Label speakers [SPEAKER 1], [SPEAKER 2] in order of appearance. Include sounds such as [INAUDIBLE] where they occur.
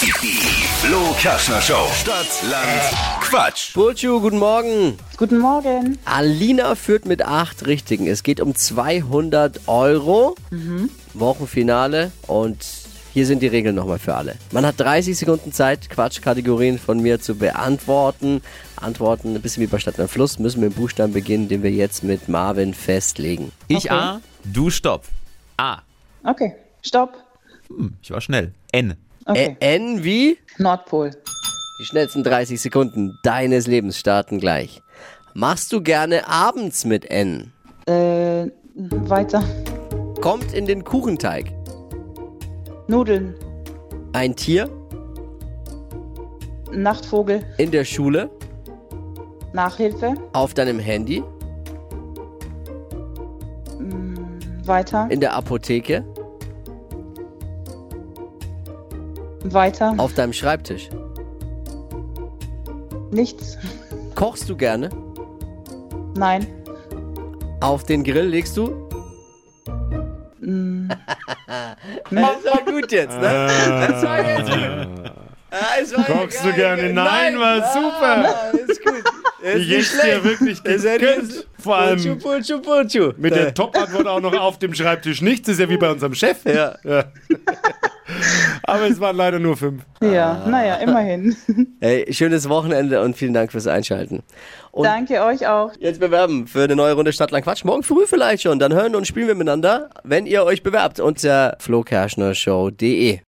[SPEAKER 1] Die Flo Kaschner Show. Stadt, Land, Quatsch.
[SPEAKER 2] Burcu, guten Morgen.
[SPEAKER 3] Guten Morgen.
[SPEAKER 2] Alina führt mit acht Richtigen. Es geht um 200 Euro.
[SPEAKER 4] Mhm.
[SPEAKER 2] Wochenfinale. Und hier sind die Regeln nochmal für alle. Man hat 30 Sekunden Zeit, Quatschkategorien von mir zu beantworten. Antworten, ein bisschen wie bei Stadt am Fluss, müssen wir im Buchstaben beginnen, den wir jetzt mit Marvin festlegen.
[SPEAKER 4] Ich A, du Stopp. A.
[SPEAKER 3] Okay. Stopp.
[SPEAKER 4] Ich war schnell. N.
[SPEAKER 3] Okay.
[SPEAKER 2] Ä- N wie?
[SPEAKER 3] Nordpol.
[SPEAKER 2] Die schnellsten 30 Sekunden deines Lebens starten gleich. Machst du gerne abends mit N?
[SPEAKER 3] Äh, weiter.
[SPEAKER 2] Kommt in den Kuchenteig.
[SPEAKER 3] Nudeln.
[SPEAKER 2] Ein Tier
[SPEAKER 3] Nachtvogel.
[SPEAKER 2] in der Schule,
[SPEAKER 3] Nachhilfe.
[SPEAKER 2] auf deinem Handy,
[SPEAKER 3] Weiter.
[SPEAKER 2] in der Apotheke,
[SPEAKER 3] Weiter.
[SPEAKER 2] auf deinem Schreibtisch.
[SPEAKER 3] Nichts.
[SPEAKER 2] Kochst du gerne?
[SPEAKER 3] Nein.
[SPEAKER 2] Auf den Grill legst du?
[SPEAKER 5] Mm.
[SPEAKER 2] [LAUGHS] Das war gut jetzt, ne? Das war jetzt gut. Ah, es war
[SPEAKER 5] Guckst Ah. du
[SPEAKER 2] geil.
[SPEAKER 5] gerne? Nein, war super.
[SPEAKER 2] Ah, ist gut. Ist
[SPEAKER 5] Ich hätte dir wirklich
[SPEAKER 2] Es hätte
[SPEAKER 5] gegönnt. Vor
[SPEAKER 2] Putschu,
[SPEAKER 5] allem
[SPEAKER 2] putschu, putschu.
[SPEAKER 5] mit der Top-Antwort auch noch auf dem Schreibtisch. Nichts ist ja wie bei unserem Chef.
[SPEAKER 2] Ja.
[SPEAKER 5] [LAUGHS] Aber es waren leider nur fünf.
[SPEAKER 3] Ja, naja,
[SPEAKER 2] [LAUGHS]
[SPEAKER 3] immerhin.
[SPEAKER 2] Hey, schönes Wochenende und vielen Dank fürs Einschalten. Und
[SPEAKER 3] Danke euch auch.
[SPEAKER 2] jetzt bewerben für eine neue Runde Stadtland Quatsch. Morgen früh vielleicht schon. Dann hören und spielen wir miteinander, wenn ihr euch bewerbt unter flokerschnershow.de.